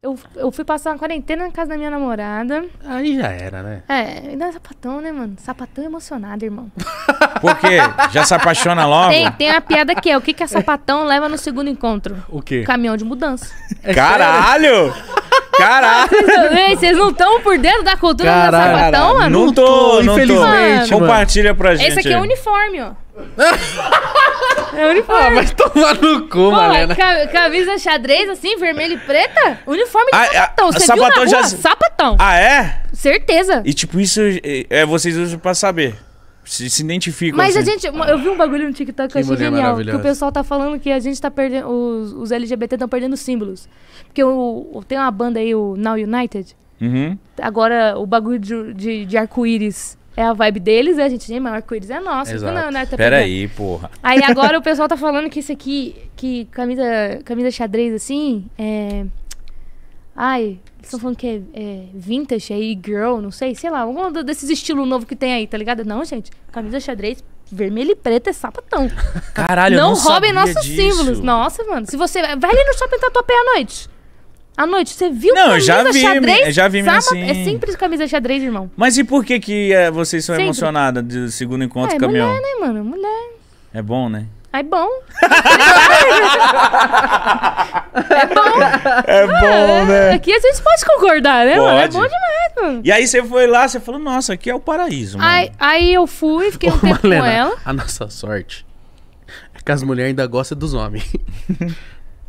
Eu, eu fui passar uma quarentena na casa da minha namorada. Aí já era, né? É, ainda é sapatão, né, mano? Sapatão emocionado, irmão. Por quê? Já se apaixona logo? Tem, tem a piada que é: o que, que a sapatão leva no segundo encontro? O quê? Caminhão de mudança. Caralho! Caralho! Ei, Vocês não estão por dentro da cultura Caralho, da sapatão, mano? Não tô, não infelizmente, tô. mano. Compartilha pra gente. Esse aqui é aí. o uniforme, ó. é o uniforme. Ah, vai tomar no cu, Pô, Malena. ca- camisa xadrez, assim, vermelho e preta? Uniforme de Ah, ah, sapatão. Você sapatão viu na já rua? se- Sapatão. Ah, é? Certeza. E tipo, isso é, é, vocês usam pra saber. Se, se identificam. Mas a assim. gente. Eu vi um bagulho no TikTok que eu achei Tipo Que mulher genial. Que maravilhosa. o pessoal tá falando que a gente tá perdendo. Os, os LGBT estão perdendo símbolos. Porque o, o- tem uma banda aí, o Now United. Uhum. Agora o bagulho de, de, de arco-íris é a vibe deles, né? A gente, "Ih, mas o arco-íris é nosso. Exato. Não, né? Tá Pera perdendo. aí, porra. Aí agora o pessoal tá falando que isso aqui, que camisa, camisa xadrez assim, é. Ai, eles estão falando que é, é vintage, aí girl, não sei, sei lá, algum do- desses estilos novos que tem aí, tá ligado? Não, gente, camisa xadrez, vermelho e preto é sapatão. Caralho, eu não não roubem sabia nossos disso. símbolos. Nossa, mano, se você. Vai ali no shopping tatuapé à noite. À noite, você viu Não, eu camisa já vi, xadrez? eu já vi, mas Sapa- É assim- sempre camisa xadrez, irmão. Mas e por que que é, vocês são Sempre. emocionadas do segundo encontro é, caminhão? mulher, né, mano? Mulher. É bom, né? É bom. É bom, É, Aqui a gente pode concordar, né, mano? É Pode. bom demais, mano. E aí você foi lá, você falou, nossa, aqui é o paraíso, mano. Aí, aí eu fui, fiquei um Ô, tempo com ela. a nossa sorte é que as mulheres ainda gostam dos homens.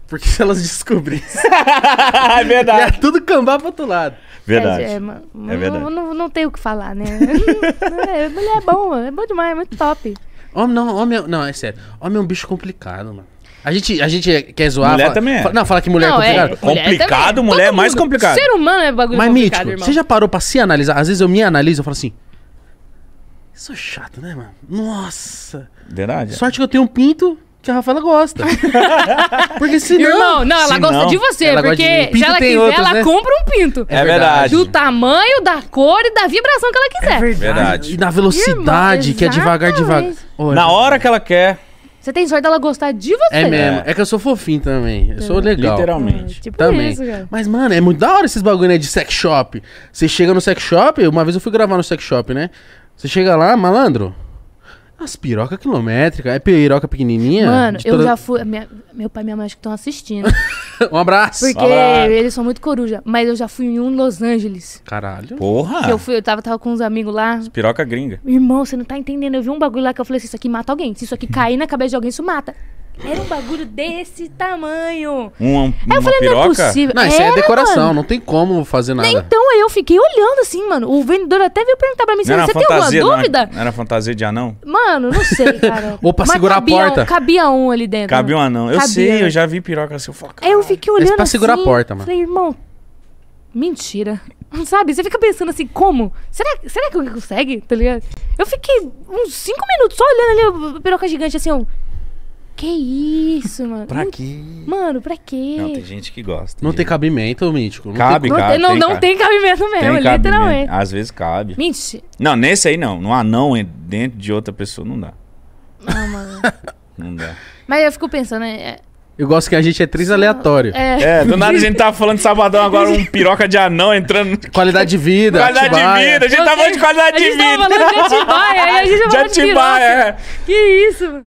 Porque se elas descobrissem, é ia verdade. tudo cambar pro outro lado. Verdade. É, mano, É verdade. Não, não, não tem o que falar, né? é, mulher é bom, mano. É bom demais, é muito top. Homem não, homem é- não, é sério. Homem é um bicho complicado, mano. A gente, a gente quer zoar. Mulher fala- também é. fala- não, fala que mulher não, é complicada. mulher Complicado, também. mulher é Todo mais mundo. complicado. Ser humano é bagulho Mas, complicado, Mítico, irmão. você já parou pra se analisar? Às vezes eu me analiso e falo assim. Isso é chato, né, mano? Nossa. é. Verdade. Sorte que eu tenho um pinto que a Rafaela gosta. Porque senão... Irmão, não, ela Se gosta não, de você, ela gosta de mim. porque se Pinto ela tem quiser, outros, ela né? compra um pinto. É verdade. Do tamanho, da cor e da vibração que ela quiser. Verdade. E na velocidade, Irmão, que é devagar, devagar. exatamente. Olha, Na hora que ela quer, Você tem sorte dela gostar de você. É mesmo. É que eu sou fofinho também. Eu sou legal. É, literalmente. tipo Também. isso, cara. Mas, mano, é muito da hora esses bagulho né, de sex shop. Você chega no sex shop, uma vez eu fui gravar no sex shop, né? Você chega lá, malandro. As piroca quilométrica, é piroca pequenininha. Mano, de eu toda- já fui. minha- meu pai e minha mãe acho que estão assistindo. um abraço. Porque Fala. eles são muito coruja. Mas eu já fui em um em Los Angeles. Caralho. Porra. Que Ah. eu fui, eu tava, tava com uns amigos lá. Piroca gringa. Irmão, você não tá entendendo. Eu vi um bagulho lá que eu falei assim, isso aqui mata alguém. Se isso aqui cair na cabeça de alguém, isso mata. Era um bagulho desse tamanho. Uma, Um, uma Aí eu falei, piroca? não é possível. Não, isso aí é Era, decoração, mano. não tem como fazer nada. Então aí eu fiquei olhando assim, mano. O vendedor até veio perguntar pra mim, Não era você uma tem alguma fantasia, é? não era- dúvida? Não era fantasia de anão? Mano, não sei, cara. Ou pra Mas segurar a cabia porta. Um, cabia um ali dentro. Cabia um mano. anão. Eu Cabia. né? sei, eu já vi piroca assim. Eu falo, Aí eu fiquei Esse olhando pra segurar a assim, porta, mano. Falei, irmão, mentira. Sabe? Você fica pensando assim, como? Será, será que alguém consegue? Tá ligado? Eu fiquei uns cinco minutos só olhando ali a piroca gigante assim, ó. Que isso, mano? Não- quê? Mano, pra quê? Não, tem gente que gosta. Não tem cabimento, mítico. Não Cabe, Não, cara, tem, não, tem, não cara. tem cabimento Tem mesmo, cabimento. Ah. literalmente. Às vezes cabe. Mentira. Não, nesse aí não. Num anão en- dentro de outra pessoa não dá. Não, mano. Não dá. Mas eu fico pensando, é. Tem... Eu gosto que a gente é três aleatório. é, É, do nada a gente tava falando de sabadão agora, um piroca de anão entrando. Qualidade de vida. Qualidade de Atibaia. vida, a gente eu tava falando de a qualidade de gente tava vida. falando de Atibaia, aí a gente tava De falando de Atibaia, piroca. é. Que isso, mano.